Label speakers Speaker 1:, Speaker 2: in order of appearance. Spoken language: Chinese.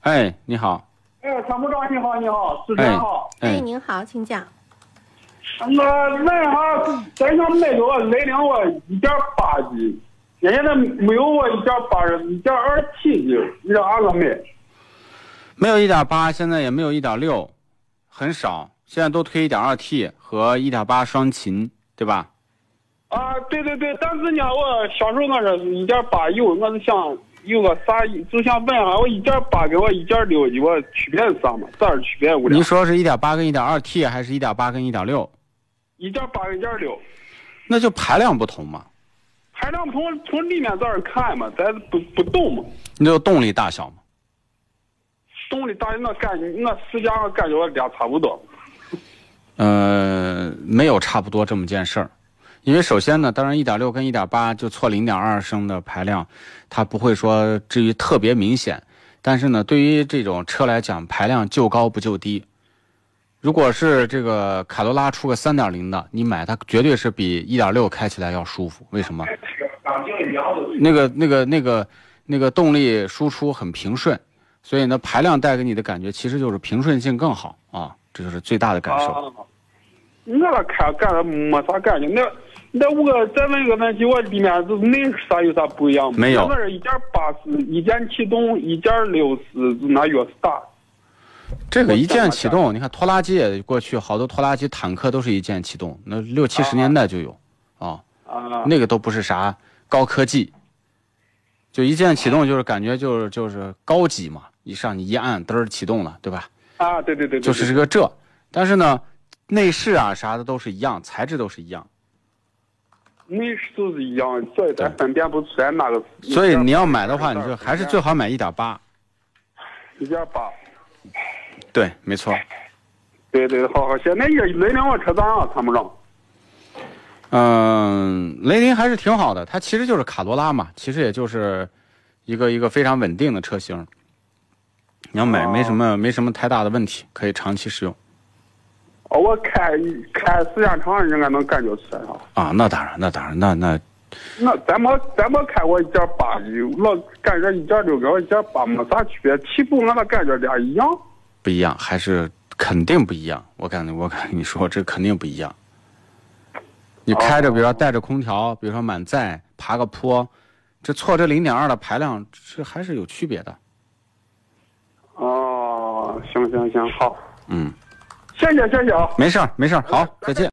Speaker 1: 哎，你好，
Speaker 2: 哎，参谋长你好，你好，主持
Speaker 1: 哎
Speaker 2: 人好。，
Speaker 1: 哎，
Speaker 3: 您好，请讲。
Speaker 2: 那那啥，咱想买个来两个一点八的，人家那没有我一点八一点二 T 的，你让俺个买。
Speaker 1: 没有一点八，现在也没有一点六，很少，现在都推一点二 T 和一点八双擎，对吧？
Speaker 2: 啊，对对对，但是呢，我销售我是一点八有，我是想有个啥，就想问下，我一点八跟我一点六的，我区别是啥嘛？咋是区别无聊
Speaker 1: 您？说是一点八跟一点二 T，还是一点八跟一点六？
Speaker 2: 一点八一点六，
Speaker 1: 那就排量不同嘛，
Speaker 2: 排量从从里面在这儿看嘛，咱不不懂嘛。
Speaker 1: 那就动力大小嘛。
Speaker 2: 动力大，我感觉我试驾，我感觉我俩差不多。
Speaker 1: 呃，没有差不多这么件事儿，因为首先呢，当然1.6跟1.8就错0.2升的排量，它不会说至于特别明显，但是呢，对于这种车来讲，排量就高不就低。如果是这个卡罗拉出个3.0的，你买它绝对是比1.6开起来要舒服。为什么？那个、那个、那个、那个动力输出很平顺，所以呢，排量带给你的感觉其实就是平顺性更好啊，这就是最大的感受。
Speaker 2: 啊，我看感觉没啥感觉。那那我再问一个问题，我里面就是内饰啥有啥不一样吗？
Speaker 1: 没有
Speaker 2: 我这一点八是一键启动，一点六是拿钥匙打。
Speaker 1: 这个一键启动，你看拖拉机也过去好多拖拉机、坦克都是一键启动，那六七十年代就有啊，
Speaker 2: 啊，
Speaker 1: 那个都不是啥高科技，就一键启动就是感觉就是就是高级嘛，一上你一按嘚儿启动了，对吧？
Speaker 2: 啊，对对对对，
Speaker 1: 就是这
Speaker 2: 对
Speaker 1: 个这，但是呢，内饰啊啥的都是一样，材质都是一样，
Speaker 2: 内饰都是一样，所以咱分辨不出来哪个是。
Speaker 1: 所以你要买的话，你就还是最好买一点八。
Speaker 2: 一点八。
Speaker 1: 对，没错。
Speaker 2: 对对，好好，行，那也轮两个车长啊，参谋长。
Speaker 1: 嗯，雷凌还是挺好的，它其实就是卡罗拉嘛，其实也就是一个一个非常稳定的车型。你要买
Speaker 2: 哦
Speaker 1: 没什么没什么太大的问题，可以长期使用
Speaker 2: 哦，我开开时间长，应该能感觉出来啊。
Speaker 1: 啊。那当然，那当然，那那
Speaker 2: 那咱没咱没开过一点八的，我感觉一点六跟我一点八没啥区别，起步我咋感觉俩一样？
Speaker 1: 不一样，还是肯定不一样。我感觉，我跟你说，这肯定不一样。你开着，比如说带着空调，比如说满载，爬个坡，这错这零点二的排量是还是有区别的。
Speaker 2: 哦，行行行，好，
Speaker 1: 嗯，
Speaker 2: 谢谢谢谢啊。啊
Speaker 1: 没事儿，没事儿，好，再见。